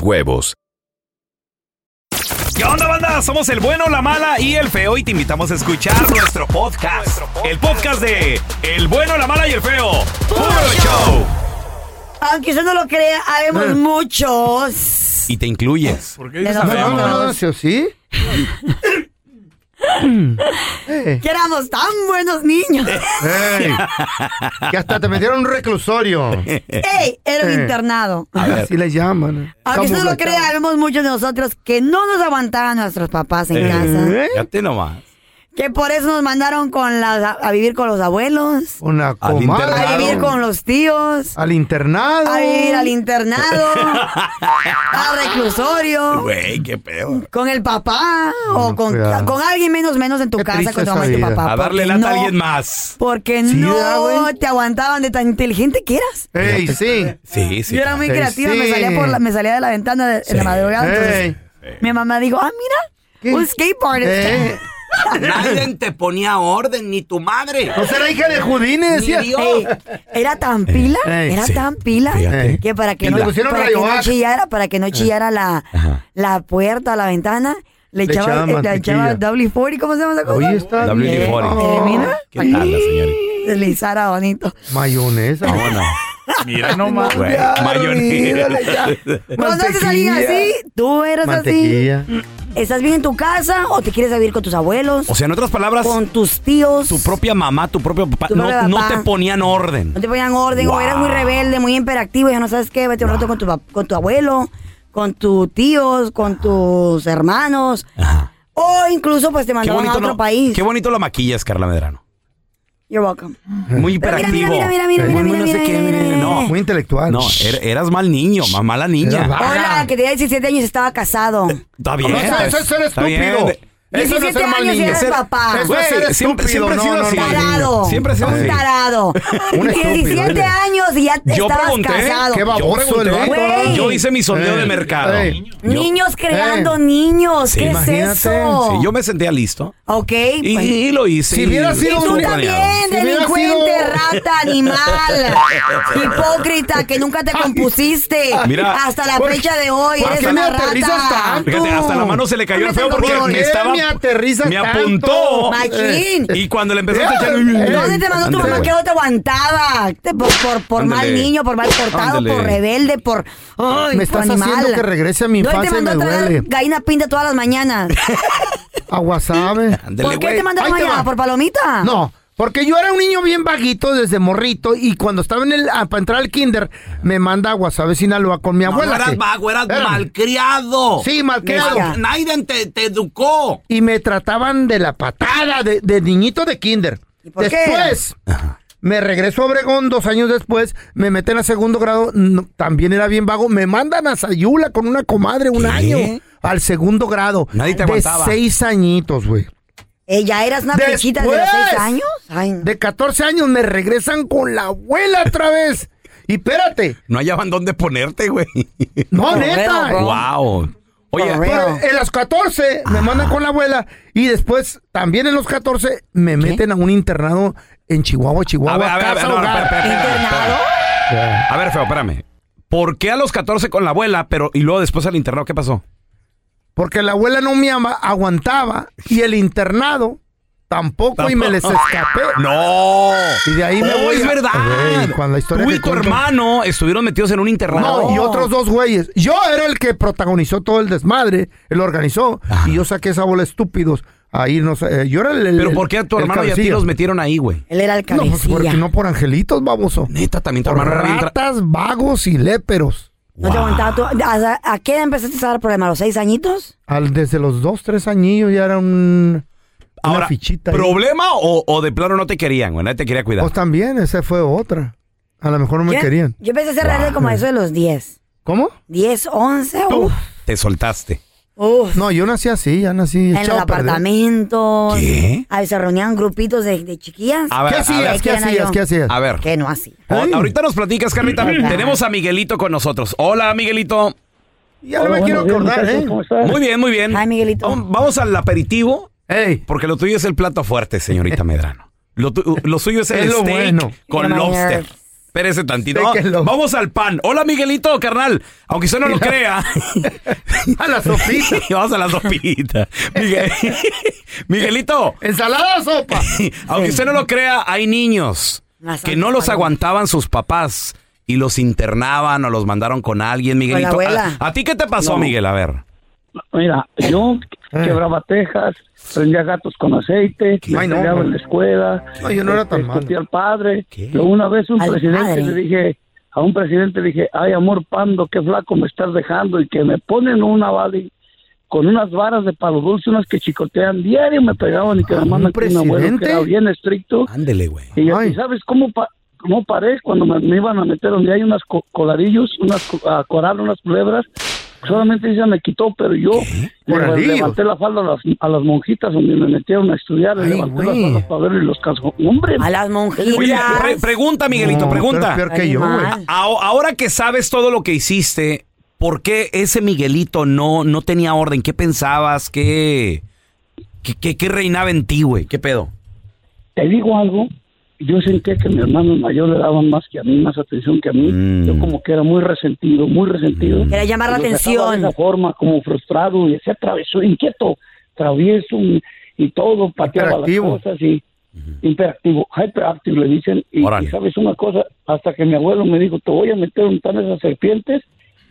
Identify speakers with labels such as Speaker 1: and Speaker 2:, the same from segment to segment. Speaker 1: huevos.
Speaker 2: ¿Qué onda, banda? Somos el bueno, la mala y el feo y te invitamos a escuchar nuestro podcast. El podcast de El bueno, la mala y el feo. ¡Puro show!
Speaker 3: Aunque usted no lo crea, habemos
Speaker 2: Ah.
Speaker 3: muchos.
Speaker 2: Y te incluyes. ¿Por
Speaker 3: De los
Speaker 4: No,
Speaker 3: buenos.
Speaker 4: ¿sí o ¿sí?
Speaker 3: Que éramos tan buenos niños.
Speaker 2: Eh,
Speaker 4: Ey, que hasta te metieron en un reclusorio.
Speaker 3: ¡Ey! Era un
Speaker 4: Eh.
Speaker 3: internado.
Speaker 4: Así le llaman.
Speaker 3: Aunque usted no lo
Speaker 4: Camuflaje.
Speaker 3: crea, habemos muchos de nosotros que no nos aguantaban nuestros papás
Speaker 2: Eh.
Speaker 3: en casa.
Speaker 4: Eh.
Speaker 2: Ya te nomás.
Speaker 3: Que por eso nos mandaron con las, a, a vivir con los abuelos.
Speaker 4: Una
Speaker 3: A vivir
Speaker 4: comadre.
Speaker 3: con los tíos.
Speaker 4: Al internado.
Speaker 3: A vivir al internado. al reclusorio.
Speaker 2: Güey, qué pedo.
Speaker 3: Con el papá o con,
Speaker 4: cuidado.
Speaker 3: con alguien menos menos en tu casa
Speaker 4: triste
Speaker 3: con tu
Speaker 4: esa
Speaker 3: mamá y tu
Speaker 4: vida.
Speaker 3: papá.
Speaker 2: A darle
Speaker 3: porque
Speaker 2: lata
Speaker 3: no-
Speaker 2: a alguien más.
Speaker 3: Porque
Speaker 4: Sí, ¿verdad,
Speaker 3: no
Speaker 4: güey?
Speaker 3: te aguantaban de tan inteligente que eras.
Speaker 4: Ey, sí.
Speaker 2: Sí, sí.
Speaker 3: Yo era muy
Speaker 4: Sí,
Speaker 3: creativa, me
Speaker 4: sí.
Speaker 3: salía, por la, me salía de la ventana de, en la madrugada. entonces,
Speaker 4: Ey.
Speaker 3: Mi mamá dijo, ah, mira,
Speaker 4: ¿Qué?
Speaker 3: un skateboard.
Speaker 4: Ey.
Speaker 5: Nadie te ponía orden, ni tu madre.
Speaker 4: No será Pues hija de Judines,
Speaker 5: Ni
Speaker 4: decía.
Speaker 5: Dios.
Speaker 3: Ey, era tan pila,
Speaker 4: Ey,
Speaker 3: era
Speaker 4: sí.
Speaker 3: tan pila,
Speaker 4: Fíjate.
Speaker 3: que para que,
Speaker 4: Y
Speaker 3: no,
Speaker 4: le pusieron
Speaker 3: para que no
Speaker 4: radioac.
Speaker 3: chillara, para que no chillara la, la puerta, la ventana, le,
Speaker 4: Le
Speaker 3: echaba,
Speaker 4: echaban
Speaker 3: eh, le echaba
Speaker 4: mantequilla.
Speaker 3: W40, ¿cómo se llama esa cosa?
Speaker 4: Hoy está.
Speaker 2: W
Speaker 4: bien. Oh,
Speaker 2: forty.
Speaker 3: Eh, mira.
Speaker 2: ¿Qué tal la señora?
Speaker 3: Deslizara bonito.
Speaker 4: Mayonesa.
Speaker 2: Mira nomás. Güey,
Speaker 4: Mírale
Speaker 2: mayonesa.
Speaker 4: ya.
Speaker 3: Cuando se salía así, Mm. tú eras así.
Speaker 4: Mantequilla.
Speaker 3: ¿Estás bien en tu casa o te quieres vivir con tus abuelos?
Speaker 2: O sea, en otras palabras,
Speaker 3: con tus tíos.
Speaker 2: tu propia mamá, tu propio papá,
Speaker 3: Tu
Speaker 2: no,
Speaker 3: propio
Speaker 2: no
Speaker 3: papá.
Speaker 2: te ponían orden.
Speaker 3: No te ponían orden, o eras muy rebelde, muy imperactivo, ya no sabes qué, vete un rato con tu, pap- con tu abuelo, con tus tíos, con tus hermanos,
Speaker 2: Ajá.
Speaker 3: o incluso pues te mandaban a otro
Speaker 2: no-
Speaker 3: país.
Speaker 2: Qué bonito la maquillas, Carla Medrano.
Speaker 3: You're welcome.
Speaker 2: Muy
Speaker 3: Pero mira,
Speaker 2: hiperactivo.
Speaker 3: mira, mira, mira, mira, mira,
Speaker 2: Muy- muy
Speaker 3: mira,
Speaker 2: no sé
Speaker 3: mira,
Speaker 2: qué,
Speaker 3: mira,
Speaker 2: mira,
Speaker 3: mira.
Speaker 2: no.
Speaker 4: Muy intelectual.
Speaker 2: No, er- eras mal niño, ma- mala niña.
Speaker 4: Eras va-
Speaker 3: Hola, que tenía 17 años y estaba casado.
Speaker 2: Está bien. pues.
Speaker 4: No, eso- eso es ser
Speaker 2: está bien.
Speaker 4: estúpido. Eso no
Speaker 3: 17
Speaker 4: es ser mal
Speaker 3: años
Speaker 4: niño.
Speaker 3: era el papá.
Speaker 4: Eso es ser
Speaker 2: Güey, siempre-
Speaker 4: estúpido.
Speaker 2: siempre he
Speaker 4: no,
Speaker 2: sido
Speaker 4: no,
Speaker 2: así.
Speaker 4: no, no.
Speaker 3: Tarado.
Speaker 2: Siempre ha sido
Speaker 3: Un
Speaker 2: así.
Speaker 3: tarado.
Speaker 4: Un estúpido,
Speaker 3: 17
Speaker 4: dile.
Speaker 3: años y ya
Speaker 2: Yo
Speaker 3: estabas
Speaker 2: pregunté. ¿eh?
Speaker 3: casado.
Speaker 4: Qué baboso el
Speaker 2: pregunté.
Speaker 4: vato, ¿no?
Speaker 3: Güey.
Speaker 2: Yo hice mi sondeo
Speaker 4: Ey,
Speaker 2: de mercado.
Speaker 4: ey.
Speaker 3: Niños creando
Speaker 4: Eh.
Speaker 3: niños.
Speaker 2: Sí,
Speaker 3: ¿Qué
Speaker 4: imagínate.
Speaker 3: es eso?
Speaker 2: Sí, yo me sentía listo.
Speaker 3: Ok.
Speaker 2: Y,
Speaker 3: pues,
Speaker 2: y lo hice.
Speaker 4: Si
Speaker 2: y-
Speaker 4: hubiera
Speaker 2: y
Speaker 4: sido
Speaker 2: estuvo
Speaker 3: Tú
Speaker 4: un-
Speaker 2: planeado.
Speaker 3: también,
Speaker 4: Si hubiera
Speaker 3: delincuente,
Speaker 4: sido-
Speaker 3: rata, animal, hipócrita, que nunca te compusiste.
Speaker 2: Mira,
Speaker 3: hasta la
Speaker 4: ¿por-
Speaker 3: fecha de hoy,
Speaker 4: por
Speaker 3: eres
Speaker 4: qué
Speaker 3: una
Speaker 4: me aterrizas
Speaker 3: rata.
Speaker 4: tanto?
Speaker 2: Fíjate, hasta la mano se le cayó
Speaker 3: No
Speaker 2: el
Speaker 3: me
Speaker 2: feo porque
Speaker 3: salgo
Speaker 2: me
Speaker 3: con
Speaker 2: estaba.
Speaker 4: él, me aterrizas
Speaker 2: me
Speaker 4: tanto.
Speaker 2: apuntó.
Speaker 3: Machín.
Speaker 2: Y cuando le empezó a
Speaker 4: Eh,
Speaker 2: echar.
Speaker 4: eh,
Speaker 3: ¿Dónde te mandó tu
Speaker 2: Ándale,
Speaker 3: mamá
Speaker 2: güey.
Speaker 3: que no te aguantaba? Te- Por, por, por mal
Speaker 2: Ándale.
Speaker 3: niño, por mal portado,
Speaker 2: Ándale.
Speaker 3: por rebelde, por. ay,
Speaker 4: Me
Speaker 3: por
Speaker 4: estás haciendo
Speaker 3: animal.
Speaker 4: que regrese a mi
Speaker 3: ¿Dónde te
Speaker 4: infancia y
Speaker 3: mandó
Speaker 4: me
Speaker 3: a traer
Speaker 4: duele.
Speaker 3: gallina pinta todas las mañanas?
Speaker 4: Aguasabe.
Speaker 2: Ándale,
Speaker 3: ¿Por qué
Speaker 2: güey.
Speaker 3: te mandó a
Speaker 4: Ahí te
Speaker 3: mañana?
Speaker 4: va.
Speaker 3: ¿Por palomita?
Speaker 4: No, porque yo era un niño bien vaguito desde morrito y cuando estaba en el a- para entrar al kinder me manda a Guasave Sinaloa con mi
Speaker 5: No,
Speaker 4: abuela.
Speaker 5: no eras
Speaker 4: que-
Speaker 5: vago, eras
Speaker 4: Espérame.
Speaker 5: malcriado.
Speaker 4: Sí, malcriado.
Speaker 3: Neta.
Speaker 5: Naiden te, te educó.
Speaker 4: Y me trataban de la patada de, de niñito de kinder.
Speaker 3: ¿Y por qué?
Speaker 4: después, me regreso a Obregón dos años después, me meten a segundo grado, no, también era bien vago, me mandan a Sayula con una comadre un
Speaker 2: ¿Qué?
Speaker 4: año al segundo grado.
Speaker 2: Nadie te
Speaker 4: de
Speaker 2: aguantaba.
Speaker 4: seis añitos, güey.
Speaker 3: Eh, ¿Ya eras una
Speaker 4: Después.
Speaker 3: pichita de los seis años? Ay, no.
Speaker 4: De 14 años me regresan con la abuela otra vez. Y espérate.
Speaker 2: No hallaban dónde ponerte, güey.
Speaker 4: No,
Speaker 3: For
Speaker 4: neta.
Speaker 3: real, bro.
Speaker 2: Wow. Oye,
Speaker 3: For real.
Speaker 4: Pero en los 14
Speaker 3: Ah.
Speaker 4: me mandan con la abuela y después también en los 14 me meten a un internado en Chihuahua, Chihuahua.
Speaker 2: a ver, a ver, a ver,
Speaker 4: casa
Speaker 2: no, no,
Speaker 4: hogar.
Speaker 2: espera, espera, espera, espera.
Speaker 3: ¿Internado?
Speaker 2: A ver, feo, espérame. ¿Por qué a los 14 con la abuela, pero y luego después al internado qué pasó?
Speaker 4: Porque la abuela no me ama- aguantaba y el internado tampoco, y me les escapé.
Speaker 2: No.
Speaker 4: Y de ahí me
Speaker 2: Oh,
Speaker 4: voy
Speaker 2: es
Speaker 4: a-
Speaker 2: verdad.
Speaker 4: Güey, cuando la historia
Speaker 2: Tú y
Speaker 4: que
Speaker 2: tu
Speaker 4: cuento-
Speaker 2: hermano estuvieron metidos en un internado.
Speaker 4: No, y otros dos güeyes. Yo era el que protagonizó todo el desmadre, él organizó y yo saqué esa bola de estúpidos. Ahí no sé, eh, yo era el, el-
Speaker 2: Pero ¿por qué a tu
Speaker 4: el
Speaker 2: hermano y a ti
Speaker 4: cabecilla.
Speaker 2: los metieron ahí, güey?
Speaker 3: Él era el
Speaker 4: No, pues
Speaker 3: cabecilla.
Speaker 4: porque
Speaker 3: No,
Speaker 4: no por angelitos, baboso.
Speaker 2: Neta, también tu
Speaker 4: Por
Speaker 2: hermano era bien tra-
Speaker 4: ratas, vagos y léperos.
Speaker 3: te aguantaba tú. ¿A, a qué edad empezaste a dar problemas? ¿A los seis añitos?
Speaker 4: Al, desde los dos, tres añillos ya era un,
Speaker 2: Ahora,
Speaker 4: una fichita. ahí.
Speaker 2: ¿problema o, o de plano no te querían, güey? Nadie te quería cuidar.
Speaker 4: Pues también, esa fue otra. A lo mejor no me
Speaker 3: Yo-
Speaker 4: querían.
Speaker 3: Yo empecé a ser rebelde como a eso de los 10.
Speaker 4: ¿Cómo?
Speaker 3: 10, 11. Uf.
Speaker 2: Te soltaste.
Speaker 3: uf.
Speaker 4: No, yo nací así, ya nací.
Speaker 3: En
Speaker 4: echado
Speaker 3: los
Speaker 4: a perder.
Speaker 3: apartamentos.
Speaker 2: ¿Qué?
Speaker 3: A veces se reunían grupitos de, de chiquillas.
Speaker 2: A ver,
Speaker 4: ¿Qué
Speaker 2: a ver,
Speaker 4: hacías? ¿Qué
Speaker 3: ¿quién era
Speaker 4: hacías?
Speaker 3: yo?
Speaker 4: ¿Qué hacías?
Speaker 2: a ver.
Speaker 3: Que no así.
Speaker 2: O-
Speaker 4: Ay.
Speaker 2: ahorita nos platicas, Carlita. Tenemos a Miguelito con nosotros. Hola, Miguelito.
Speaker 4: Ya no me quiero acordar, ¿eh?
Speaker 2: Muy bien, muy bien.
Speaker 3: Ay, Miguelito.
Speaker 2: Vam- Vamos al aperitivo,
Speaker 4: Ey,
Speaker 2: porque lo tuyo es el plato fuerte, señorita Medrano. Lo, tu- uh, lo suyo es el
Speaker 4: Es lo
Speaker 2: steak
Speaker 4: bueno.
Speaker 2: con
Speaker 3: Mira,
Speaker 2: lobster.
Speaker 3: Mayer.
Speaker 2: Espérese tantito.
Speaker 4: Steak and lobster.
Speaker 2: Vamos al pan. Hola, Miguelito, carnal. Aunque usted no lo crea.
Speaker 4: a la sopita.
Speaker 2: Vamos a la sopita. Miguel- Miguelito,
Speaker 4: ¿Ensalada o sopa?
Speaker 2: aunque usted no lo crea, hay niños
Speaker 3: Las
Speaker 2: que no los aguantaban sus papás y los internaban o los mandaron con alguien, Miguelito.
Speaker 3: Con la
Speaker 2: ¿A,
Speaker 3: abuela.
Speaker 2: a ti qué te pasó, Miguel? A ver.
Speaker 6: Mira, yo
Speaker 4: Eh.
Speaker 6: quebraba tejas, prendía gatos con aceite, me
Speaker 4: Ay, no,
Speaker 6: peleaba
Speaker 4: no.
Speaker 6: en la escuela.
Speaker 4: No, yo no era tan
Speaker 6: este, escupía
Speaker 4: malo.
Speaker 6: al padre.
Speaker 2: ¿Qué?
Speaker 6: Luego una vez un
Speaker 3: Al
Speaker 6: presidente
Speaker 3: padre.
Speaker 6: le dije, a un presidente le dije, ay amor pando, qué flaco me estás dejando y que me ponen una bala y- con unas varas de palo dulce, unas que chicotean diario, me pegaban y que me
Speaker 4: ¿Un
Speaker 6: mandan con un abuelo que
Speaker 4: presidente?
Speaker 6: era bien estricto.
Speaker 2: Ándele, güey.
Speaker 6: Y yo,
Speaker 4: Ay.
Speaker 6: ¿y ¿sabes cómo, pa cómo paré cuando me, me iban a meter donde hay unos colarillos, unas co- a coral, unas culebras? Solamente ella me quitó, pero yo le-
Speaker 4: ¿Coralillos?
Speaker 6: levanté la falda a las, a las monjitas donde me metieron a estudiar, le
Speaker 4: Ay,
Speaker 6: levanté
Speaker 4: güey.
Speaker 6: las faldas para ver los casos. Hombre,
Speaker 3: A las monjitas.
Speaker 2: Oye, pre- pregunta, Miguelito,
Speaker 4: No,
Speaker 2: pregunta.
Speaker 4: tú eres peor que yo, güey.
Speaker 3: Animal.
Speaker 2: A- ahora que sabes todo lo que hiciste, ¿por qué ese Miguelito no, no tenía orden? ¿Qué pensabas? ¿Qué, qué, qué- qué reinaba en ti, güey? ¿Qué pedo?
Speaker 6: te digo algo, yo sentía que a mi hermano mayor le daban más que a mí, más atención que a mí.
Speaker 2: Mm.
Speaker 6: Yo como que era muy resentido, muy resentido.
Speaker 3: Quería llamar la
Speaker 6: Lo trataba De
Speaker 3: atención.
Speaker 6: esa forma, como frustrado, y hacía travieso, inquieto, travieso y, y todo, pateaba las
Speaker 4: Hiperactivo.
Speaker 6: cosas y hiperactivo, hyperactive le dicen. Y,
Speaker 2: Órale.
Speaker 6: y sabes una cosa, hasta que mi abuelo me dijo, te voy a meter un tan esas serpientes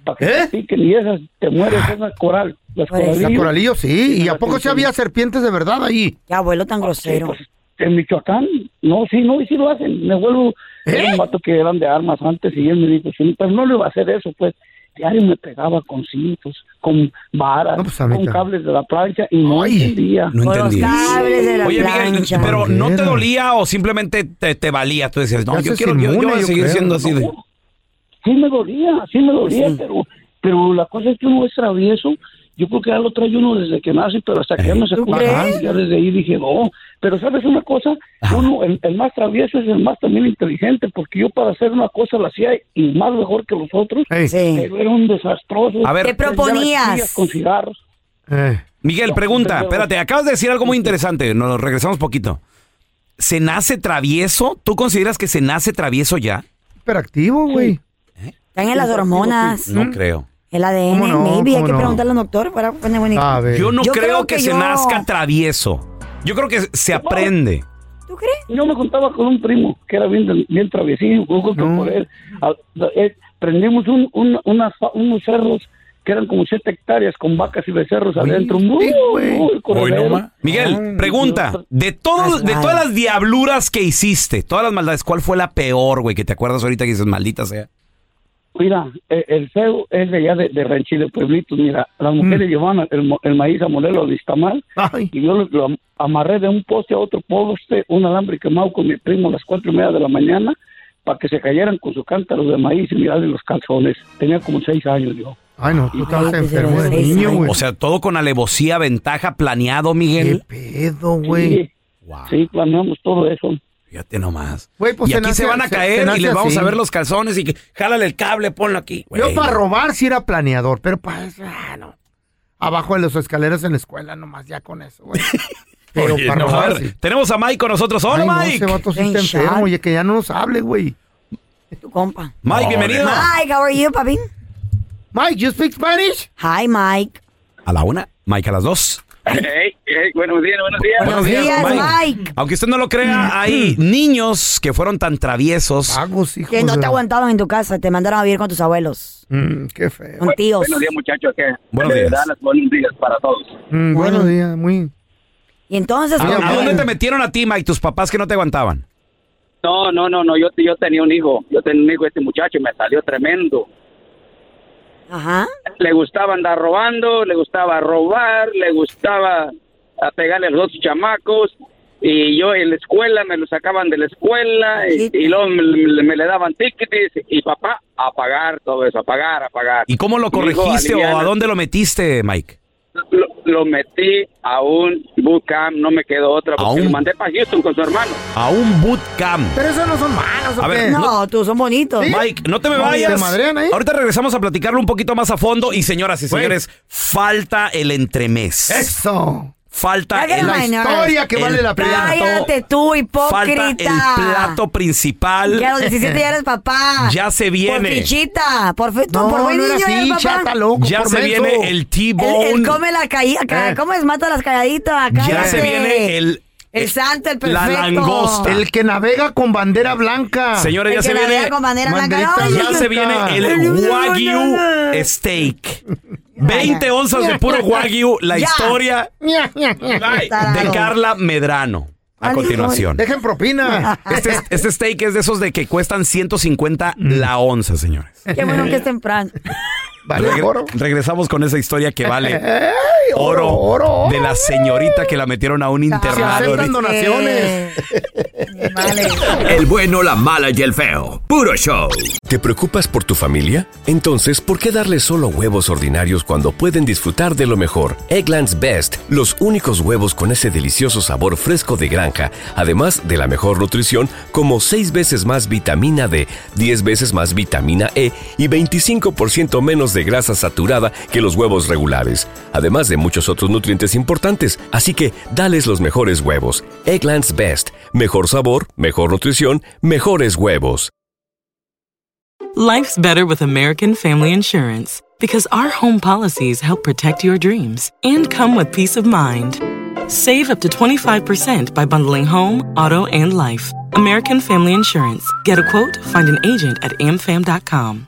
Speaker 6: para que
Speaker 4: ¿Eh?
Speaker 6: te piquen y esas te mueres,
Speaker 2: Ah.
Speaker 6: esas coral, las
Speaker 3: Pues,
Speaker 6: coralillos.
Speaker 4: La coralillo, sí.
Speaker 6: Sí,
Speaker 4: ¿Y a
Speaker 6: la
Speaker 4: poco sí
Speaker 6: atención.
Speaker 4: había serpientes de verdad ahí?
Speaker 3: Qué abuelo tan
Speaker 6: Sí,
Speaker 3: grosero.
Speaker 6: pues, en Michoacán, no, sí, no, y sí lo hacen. Me vuelvo,
Speaker 4: ¿Eh?
Speaker 6: era un vato que eran de armas antes y él me dijo, sí, pero no le iba a hacer eso, pues. Diario me pegaba con cintos, con varas,
Speaker 4: No, pues, a mí
Speaker 6: con
Speaker 4: tam-
Speaker 6: cables de la plancha y no
Speaker 4: Ay.
Speaker 6: entendía.
Speaker 3: Con los cables de la
Speaker 2: Oye, Miguel,
Speaker 3: plancha.
Speaker 2: pero ¿no te
Speaker 4: Manguera.
Speaker 2: dolía o simplemente te, te valía? Tú decías, no,
Speaker 4: Ya
Speaker 2: yo
Speaker 4: se
Speaker 2: quiero, yo, yo
Speaker 4: inmune,
Speaker 2: voy a
Speaker 4: yo
Speaker 2: seguir
Speaker 4: creo.
Speaker 2: siendo así. de-
Speaker 6: Sí me dolía, sí me dolía, pero, pero la cosa es que uno es travieso. Yo creo que ya lo trae uno desde que nace, pero hasta que ya me
Speaker 3: ¿Tú
Speaker 6: sacó la
Speaker 3: crees?
Speaker 6: madre, ya desde ahí dije, no. Pero ¿sabes una cosa? Uno, el, el más travieso es el más también inteligente, porque yo para hacer una cosa la hacía y más mejor que los otros,
Speaker 4: Ey.
Speaker 3: Sí.
Speaker 6: pero era un desastroso.
Speaker 2: A ver. ¿Qué
Speaker 3: proponías?
Speaker 6: Prendía las cuchillas Con cigarros.
Speaker 4: Eh.
Speaker 2: Miguel,
Speaker 6: No,
Speaker 2: pregunta.
Speaker 6: pero-
Speaker 2: Espérate, acabas de decir algo muy interesante. Nos regresamos poquito. ¿Se nace travieso? ¿Tú consideras que se nace travieso ya?
Speaker 4: Hiperactivo, güey.
Speaker 3: Están en las hormonas.
Speaker 2: pues, No creo.
Speaker 3: El ADN,
Speaker 4: Mm. ¿Cómo no?
Speaker 3: maybe. Hay
Speaker 4: ¿Cómo
Speaker 3: que
Speaker 4: no?
Speaker 3: preguntarle al doctor para poner buen
Speaker 4: A ver.
Speaker 2: Yo no
Speaker 3: Yo
Speaker 2: creo,
Speaker 3: creo
Speaker 2: que,
Speaker 3: que
Speaker 2: se
Speaker 3: yo-
Speaker 2: nazca travieso. Yo creo que se aprende.
Speaker 3: ¿Tú crees?
Speaker 6: Yo me contaba con un primo que era bien, bien traviesillo, yo creo que
Speaker 4: No.
Speaker 6: por él. A- eh, prendimos un, un- unas fa- unos cerros que eran como siete hectáreas con vacas y becerros
Speaker 4: Oye,
Speaker 6: adentro.
Speaker 4: sí,
Speaker 6: Muy,
Speaker 4: güey.
Speaker 6: muy corredero.
Speaker 2: Miguel, pregunta. De, todos,
Speaker 3: That's
Speaker 2: de
Speaker 3: right.
Speaker 2: todas las diabluras que hiciste, todas las maldades, ¿cuál fue la peor, güey? Que te acuerdas ahorita que dices, maldita sea.
Speaker 6: Mira, eh, el feo es de allá de, de Ranchi, de Pueblitos. Mira,
Speaker 4: Mm.
Speaker 6: las mujeres llevaban el, mo- el maíz a molerlo de Istamal
Speaker 4: Ay.
Speaker 6: y yo lo, lo am- amarré de un poste a otro poste, un alambre quemado con mi primo a las cuatro y media de la mañana para que se cayeran con su cántaro de maíz y mirarle los calzones. Tenía como seis años yo.
Speaker 4: Ay, no, tú estabas
Speaker 3: Ay, pues,
Speaker 4: enfermo de
Speaker 3: seis
Speaker 4: niño,
Speaker 3: años.
Speaker 4: güey.
Speaker 2: O sea, todo con alevosía, ventaja, planeado,
Speaker 4: ¿Qué
Speaker 2: Miguel.
Speaker 4: pedo,
Speaker 6: Sí,
Speaker 4: güey?
Speaker 6: Sí, planeamos todo eso.
Speaker 2: Fíjate nomás.
Speaker 4: Güey, pues
Speaker 2: y
Speaker 4: se
Speaker 2: aquí
Speaker 4: nace-
Speaker 2: se van a
Speaker 4: se-
Speaker 2: caer
Speaker 4: se nace
Speaker 2: y les vamos
Speaker 4: así.
Speaker 2: a ver los calzones y que jálale el cable, ponlo aquí.
Speaker 4: Yo
Speaker 2: Güey,
Speaker 4: para
Speaker 2: no.
Speaker 4: robar sí era planeador, pero para eso, ah, no. Abajo de las escaleras en la escuela nomás, ya con eso, güey. Pero
Speaker 2: Oye,
Speaker 4: para
Speaker 2: no, a
Speaker 4: robar
Speaker 2: ver,
Speaker 4: sí.
Speaker 2: tenemos a Mike con nosotros. Hola,
Speaker 4: Ay, no,
Speaker 2: Mike.
Speaker 4: ese vato sí
Speaker 3: Ven,
Speaker 4: está enfermo,
Speaker 3: Shaq.
Speaker 4: oye, que ya no nos hable, güey.
Speaker 3: tu compa.
Speaker 2: Mike, bienvenido.
Speaker 3: Mike, how are you, papín?
Speaker 4: Mike, you speak Spanish?
Speaker 3: Hi, Mike.
Speaker 2: A la una, Mike a las dos.
Speaker 7: Hey, hey, buenos días, buenos días.
Speaker 3: Buenos días, Mike. Mm.
Speaker 2: Aunque usted no lo crea, hay niños que fueron tan traviesos.
Speaker 3: Ah,
Speaker 4: Pagos, hijo.
Speaker 3: Que no
Speaker 4: de-
Speaker 3: te aguantaron en tu casa, te mandaron a vivir con tus abuelos,
Speaker 4: Mm, qué feo.
Speaker 3: con tíos.
Speaker 7: Buenos días, muchachos. Que
Speaker 2: Buenos
Speaker 7: de
Speaker 2: días.
Speaker 7: verdad, buenos días para todos.
Speaker 4: Mm, buenos días, muy.
Speaker 3: Y entonces,
Speaker 2: ¿A,
Speaker 3: ¿por
Speaker 2: Ah, a
Speaker 3: qué?
Speaker 2: dónde te metieron a ti, Mike, tus papás que no te aguantaban?
Speaker 7: No, no, no, no. Yo, yo tenía un hijo. Yo tenía un hijo, este muchacho, y me salió tremendo.
Speaker 3: Ajá.
Speaker 7: Le gustaba andar robando, le gustaba robar, le gustaba a pegarle a los otros chamacos. Y yo en la escuela, me lo sacaban de la escuela y, y luego me, me- me le daban tickets y papá a pagar todo eso, a pagar, a pagar.
Speaker 2: ¿Y cómo lo
Speaker 7: Mi hijo,
Speaker 2: corregiste o a
Speaker 7: aliviana.
Speaker 2: dónde lo metiste, Mike?
Speaker 7: lo, lo metí a un bootcamp, no me quedó otra,
Speaker 2: ¿A
Speaker 7: porque
Speaker 2: un-
Speaker 7: lo mandé para Houston con su hermano.
Speaker 2: A un bootcamp.
Speaker 4: Pero esos no son malos, ¿o
Speaker 2: A
Speaker 4: qué?
Speaker 2: ver,
Speaker 3: No, tú, son bonitos.
Speaker 2: Mike, no te me
Speaker 4: No,
Speaker 2: vayas.
Speaker 4: te madrean ahí.
Speaker 2: Ahorita regresamos a platicarlo un poquito más a fondo. Y señoras y
Speaker 4: Güey.
Speaker 2: señores, falta el entremés.
Speaker 4: Eso.
Speaker 2: Falta
Speaker 3: Ya que
Speaker 2: el,
Speaker 3: no
Speaker 4: La
Speaker 3: Ay, no,
Speaker 4: historia que
Speaker 2: el
Speaker 4: vale la pena.
Speaker 2: plato-
Speaker 3: Cállate tú,
Speaker 2: falta el
Speaker 3: hipócrita.
Speaker 2: plato principal.
Speaker 3: Ya a los 17 ya eres papá.
Speaker 2: Ya se
Speaker 3: Por
Speaker 2: viene.
Speaker 3: fichita. Por, fi- tú,
Speaker 4: No,
Speaker 3: por buen
Speaker 4: no era
Speaker 3: niño
Speaker 4: así,
Speaker 3: eres
Speaker 4: chata,
Speaker 3: papá.
Speaker 4: loco.
Speaker 2: Ya
Speaker 4: por
Speaker 2: se
Speaker 4: menso.
Speaker 2: viene el
Speaker 3: El,
Speaker 2: T-Bone.
Speaker 3: el come la caída.
Speaker 4: Eh.
Speaker 3: ¿Cómo es? Mata las calladitas.
Speaker 2: ya
Speaker 3: cállate.
Speaker 2: se viene el.
Speaker 3: El santo, el perfecto.
Speaker 2: La langosta.
Speaker 4: El que navega con bandera blanca.
Speaker 2: Señores, ya
Speaker 3: El que
Speaker 2: se
Speaker 3: la
Speaker 2: viene.
Speaker 3: vea con bandera blanca.
Speaker 4: Banderita
Speaker 3: Ay,
Speaker 2: Ya
Speaker 3: ay,
Speaker 2: se
Speaker 3: ay.
Speaker 2: viene
Speaker 3: Ay,
Speaker 2: el
Speaker 3: no,
Speaker 2: Wagyu
Speaker 3: no, no.
Speaker 2: Steak. 20 onzas de puro Wagyu. La
Speaker 3: Ya.
Speaker 2: historia
Speaker 4: Ña, Ña, Ña.
Speaker 2: de Carla Medrano. A
Speaker 3: Ay,
Speaker 2: continuación.
Speaker 4: Dejen propina.
Speaker 2: Este, este steak es de esos de que cuestan 150 la
Speaker 3: Mm.
Speaker 2: onza, señores.
Speaker 3: Qué bueno que es temprano.
Speaker 4: Vale,
Speaker 2: Regre-
Speaker 4: oro.
Speaker 2: Regresamos con esa historia que vale
Speaker 4: Ey,
Speaker 2: oro,
Speaker 4: oro, oro.
Speaker 2: de la señorita que la metieron a un
Speaker 4: Se
Speaker 2: internado.
Speaker 4: aceptan donaciones.
Speaker 3: Eh, vale.
Speaker 8: El bueno, la mala y el feo. Puro show.
Speaker 1: ¿Te preocupas por tu familia? Entonces, ¿por qué darles solo huevos ordinarios cuando pueden disfrutar de lo mejor? Eggland's Best, los únicos huevos con ese delicioso sabor fresco de granja, además de la mejor nutrición, como 6 veces más vitamina D, 10 veces más vitamina E y 25% menos de grasa saturada que los huevos regulares, además de muchos otros nutrientes importantes. Así que, dales los mejores huevos. Eggland's Best, mejor sabor, mejor nutrición, mejores huevos.
Speaker 9: Life's better with American Family Insurance because our home policies help protect your dreams and come with peace of mind. Save up to 25% by bundling home, auto, and life. American Family Insurance. Get a quote, find an agent at amfam.com.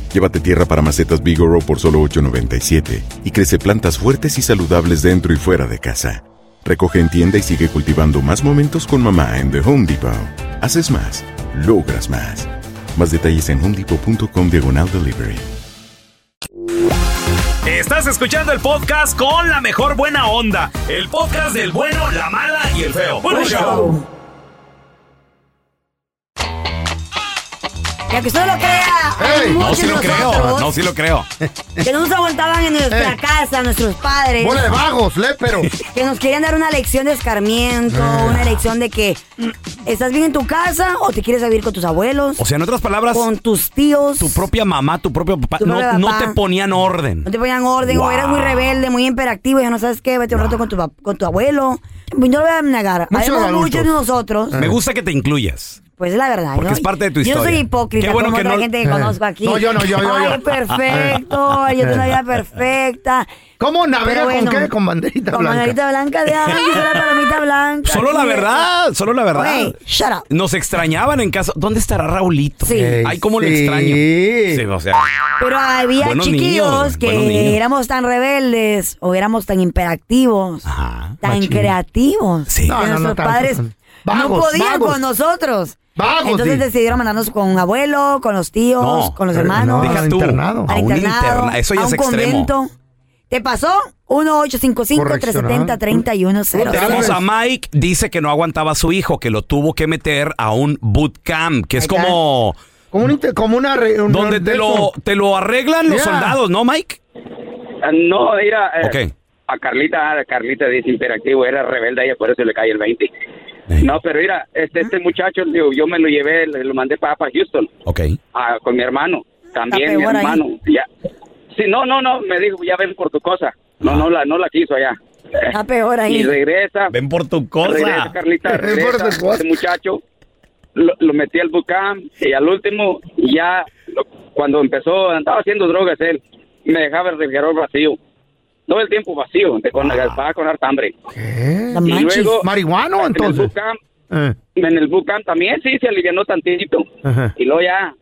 Speaker 10: Llévate tierra para macetas Bigoro por solo $8.97 y crece plantas fuertes y saludables dentro y fuera de casa. Recoge en tienda y sigue cultivando más momentos con mamá en The Home Depot. Haces más, logras más. Más detalles en homedepot.com diagonal delivery.
Speaker 8: Estás escuchando el podcast con la mejor buena onda. El podcast del bueno, la mala y el feo. Puro show.
Speaker 3: Y aunque usted no lo crea, hay
Speaker 4: Ey, no
Speaker 3: muchos
Speaker 2: No, sí
Speaker 3: de
Speaker 2: lo creo.
Speaker 3: nosotros
Speaker 2: No, sí lo creo.
Speaker 3: que no nos aguantaban en nuestra
Speaker 4: Ey.
Speaker 3: casa, nuestros padres,
Speaker 4: Bola de vagos, léperos.
Speaker 3: que nos querían dar una lección de escarmiento, una lección de que mm, estás bien en tu casa o te quieres vivir con tus abuelos,
Speaker 2: O sea, en otras palabras,
Speaker 3: con tus tíos,
Speaker 2: tu propia mamá, tu propio papá,
Speaker 3: Tu
Speaker 2: no,
Speaker 3: propio
Speaker 2: no
Speaker 3: papá.
Speaker 2: te ponían orden.
Speaker 3: no te ponían orden o
Speaker 2: Wow.
Speaker 3: eras muy rebelde, muy imperactivo y ya no sabes qué, vete un rato con tu, pap- con tu abuelo. Pues No lo voy a negar,
Speaker 4: Muchos
Speaker 3: habemos
Speaker 4: adultos.
Speaker 3: muchos de nosotros,
Speaker 2: Me gusta que te incluyas.
Speaker 3: pues es la verdad.
Speaker 2: Porque
Speaker 3: ¿no?
Speaker 2: es parte de tu
Speaker 3: Yo no soy
Speaker 2: historia.
Speaker 3: hipócrita
Speaker 2: Qué bueno
Speaker 3: como
Speaker 2: que
Speaker 3: otra
Speaker 2: no-
Speaker 3: gente que conozco aquí.
Speaker 4: No, yo no, yo, yo, yo.
Speaker 3: Ay, perfecto, yo tengo una vida perfecta.
Speaker 4: ¿Cómo navega
Speaker 3: Pero
Speaker 4: con
Speaker 3: bueno,
Speaker 4: qué? Con banderita
Speaker 3: Con
Speaker 4: blanca.
Speaker 3: banderita blanca de ay, yo soy la palomita blanca.
Speaker 2: Solo la
Speaker 3: Sí.
Speaker 2: verdad, solo la verdad.
Speaker 3: Güey, shut up.
Speaker 2: Nos extrañaban en casa. ¿Dónde estará Raulito?
Speaker 3: Sí. Ey,
Speaker 2: Ay, cómo
Speaker 4: sí.
Speaker 2: le extraño. Sí, o sea,
Speaker 3: Pero había
Speaker 2: Buenos
Speaker 3: chiquillos
Speaker 2: niños,
Speaker 3: que
Speaker 2: buenos niños.
Speaker 3: éramos tan rebeldes o éramos tan imperactivos,
Speaker 2: Ajá,
Speaker 3: tan
Speaker 4: machín.
Speaker 3: creativos.
Speaker 2: Sí.
Speaker 3: que
Speaker 4: No, no, no
Speaker 3: nuestros
Speaker 4: tanto,
Speaker 3: padres
Speaker 4: no.
Speaker 3: no
Speaker 4: Vagos,
Speaker 3: podían
Speaker 4: vagos.
Speaker 3: con nosotros.
Speaker 4: Vagos,
Speaker 3: Entonces
Speaker 4: di.
Speaker 3: decidieron mandarnos con abuelo, con los tíos,
Speaker 2: No,
Speaker 3: con los
Speaker 2: pero no,
Speaker 3: hermanos.
Speaker 2: deja
Speaker 3: al
Speaker 2: tú,
Speaker 3: internado.
Speaker 2: a
Speaker 3: Al
Speaker 2: un
Speaker 3: internado,
Speaker 2: interna- eso ya
Speaker 3: a
Speaker 2: es
Speaker 3: un
Speaker 2: extremo.
Speaker 3: convento. ¿Te pasó? 1-855-370-3100.
Speaker 2: Tenemos a Mike, dice que no aguantaba a su hijo, que lo tuvo que meter a un bootcamp, que es
Speaker 4: Acá.
Speaker 2: como
Speaker 4: Como, un inter- como una... re- un-
Speaker 2: donde
Speaker 4: de
Speaker 2: te
Speaker 4: eso.
Speaker 2: lo, te lo arreglan los
Speaker 4: Yeah.
Speaker 2: soldados, ¿no, Mike?
Speaker 7: Ah, No, mira, eh,
Speaker 2: Ok.
Speaker 7: a Carlita, a Carlita dice interactivo, era rebelde, ella por eso le cae el 20. No, pero mira, este, este muchacho, digo, yo me lo llevé, le- lo mandé para, para Houston,
Speaker 2: Eh, Ok.
Speaker 7: a- con mi hermano, también
Speaker 11: Está
Speaker 7: mi
Speaker 11: peor ahí.
Speaker 7: hermano. Ya. Sí, no, no, no, me dijo, ya ven por tu cosa. No, no la, no la quiso allá.
Speaker 3: Está peor ahí.
Speaker 7: Y regresa.
Speaker 2: Ven por tu
Speaker 3: cosa.
Speaker 7: Regresa, Carlita,
Speaker 3: Ven
Speaker 7: regresa.
Speaker 3: por tu cosa.
Speaker 7: Ese muchacho lo, lo metí al bucán y al último ya lo- cuando empezó, andaba haciendo drogas él, me dejaba el refrigerador vacío. Todo el tiempo vacío, de con, estaba con harta hambre.
Speaker 4: ¿Eh?
Speaker 7: Y luego,
Speaker 4: ¿Marihuano,
Speaker 7: En el
Speaker 4: entonces?
Speaker 7: bucán,
Speaker 4: Eh,
Speaker 7: en el bucán también sí se alivianó tantito.
Speaker 4: ajá.
Speaker 7: Y luego ya.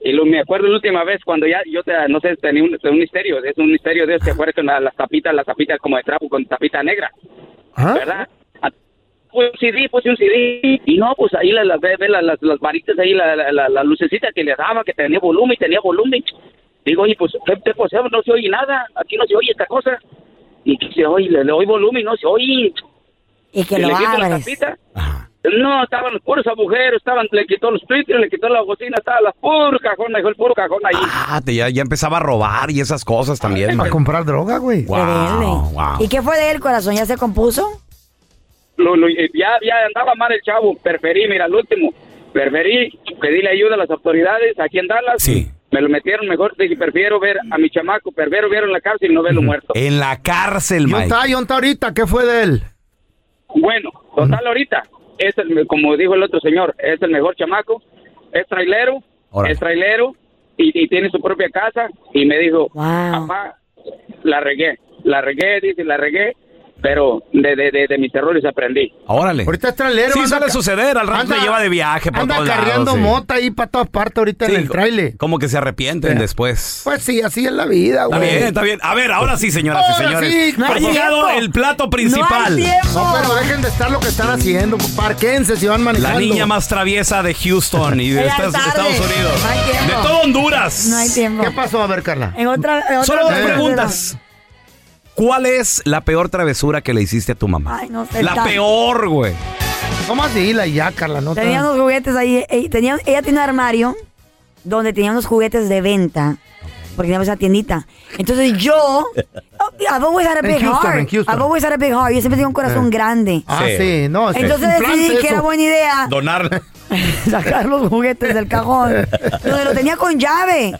Speaker 7: Y lo, me acuerdo la última vez cuando ya, yo te- no sé, tenía un, un misterio, es un misterio de que acuerdas con la- las tapitas, las tapitas como de trapo con tapita negra, ¿verdad? Ah, Puse un CD, puse un CD, y no, pues ahí las, las, ve- ve las, las, las varitas ahí, la, la, la- la lucecita que le daba, que tenía volumen, tenía volumen. Digo, oye, pues, ¿qué, qué posee? No se oye nada, aquí no se oye esta cosa. Y que se oye, le, le oí volumen, no se oye.
Speaker 3: Y que
Speaker 7: Y
Speaker 3: lo
Speaker 7: le quito la
Speaker 3: abres.
Speaker 7: tapita. No, estaban los puros agujeros, estaban, le quitó los filtros, le quitó la bocina, estaba la puro cajón, dejó el puro cajón ahí.
Speaker 2: Ah, te- ya, ya empezaba a robar y esas cosas también.
Speaker 7: Eh,
Speaker 4: Para comprar droga, güey.
Speaker 2: Wow, wow.
Speaker 3: ¿Y qué fue de él, corazón? ¿Ya se compuso?
Speaker 7: Lo- lo- eh, ya, ya andaba mal el chavo, preferí, mira, el último, preferí pedirle ayuda a las autoridades aquí en Dallas. Me lo metieron mejor, dije, prefiero ver a mi chamaco, prefiero verlo en la cárcel y no verlo muerto.
Speaker 2: En la cárcel,
Speaker 4: ¿Y dónde
Speaker 2: Mike.
Speaker 4: está, y dónde está ahorita? ¿Qué fue de él?
Speaker 7: Bueno, total ahorita, es el, me- como dijo el otro señor, es el mejor chamaco, es trailero,
Speaker 2: Órale.
Speaker 7: es trailero y, y tiene su propia casa y me dijo, papá, la regué, la regué, dice, la regué, pero de, de, de, de mis errores aprendí.
Speaker 2: Órale.
Speaker 4: Ahorita es trailero.
Speaker 2: Sí,
Speaker 4: anda
Speaker 2: suele
Speaker 4: ca-
Speaker 2: suceder, al rato
Speaker 4: anda-
Speaker 2: te lleva de viaje por
Speaker 4: Anda
Speaker 2: todos lados,
Speaker 4: carreando
Speaker 2: sí.
Speaker 4: mota ahí para todas partes ahorita
Speaker 2: Sí,
Speaker 4: en el trailer.
Speaker 2: Como que se arrepienten después.
Speaker 4: Pues sí, así es la vida,
Speaker 2: Está
Speaker 4: güey.
Speaker 2: bien, está bien. A ver, ahora sí, señoras y
Speaker 4: Ahora
Speaker 2: señores.
Speaker 4: sí, no
Speaker 2: ha
Speaker 4: hay
Speaker 2: llegado
Speaker 4: tiempo.
Speaker 2: el plato principal.
Speaker 4: No, pero dejen de estar lo que están haciendo. Parquense si
Speaker 2: La
Speaker 4: van manejando.
Speaker 2: niña más traviesa de Houston y de
Speaker 4: Ya
Speaker 2: Estados,
Speaker 4: tarde.
Speaker 2: Estados Unidos.
Speaker 4: No hay
Speaker 2: de
Speaker 4: tiempo.
Speaker 2: todo Honduras.
Speaker 4: No hay tiempo. ¿Qué pasó? A ver, Carla.
Speaker 3: En otra, en otra
Speaker 2: Solo dos
Speaker 3: Eh.
Speaker 2: preguntas. ¿Cuál es la peor travesura que le hiciste a tu mamá?
Speaker 3: Ay, no sé.
Speaker 2: la
Speaker 3: está-
Speaker 2: peor, güey.
Speaker 4: ¿Cómo así? La ya, Carla, no te-
Speaker 3: Tenía unos juguetes ahí. eh, tenía- ella tenía un armario donde tenía unos juguetes de venta. Porque teníamos esa tiendita. Entonces yo. I've always had a
Speaker 4: En
Speaker 3: big
Speaker 4: Houston,
Speaker 3: heart.
Speaker 4: en Houston.
Speaker 3: I've always had a big heart. Yo siempre tengo un corazón
Speaker 4: Eh.
Speaker 3: grande.
Speaker 4: Ah, sí, no. es que
Speaker 3: Entonces
Speaker 4: es un
Speaker 3: decidí
Speaker 4: plante
Speaker 3: que era
Speaker 4: eso.
Speaker 3: buena idea
Speaker 2: Donar.
Speaker 3: sacar los juguetes del cajón. donde lo tenía con llave.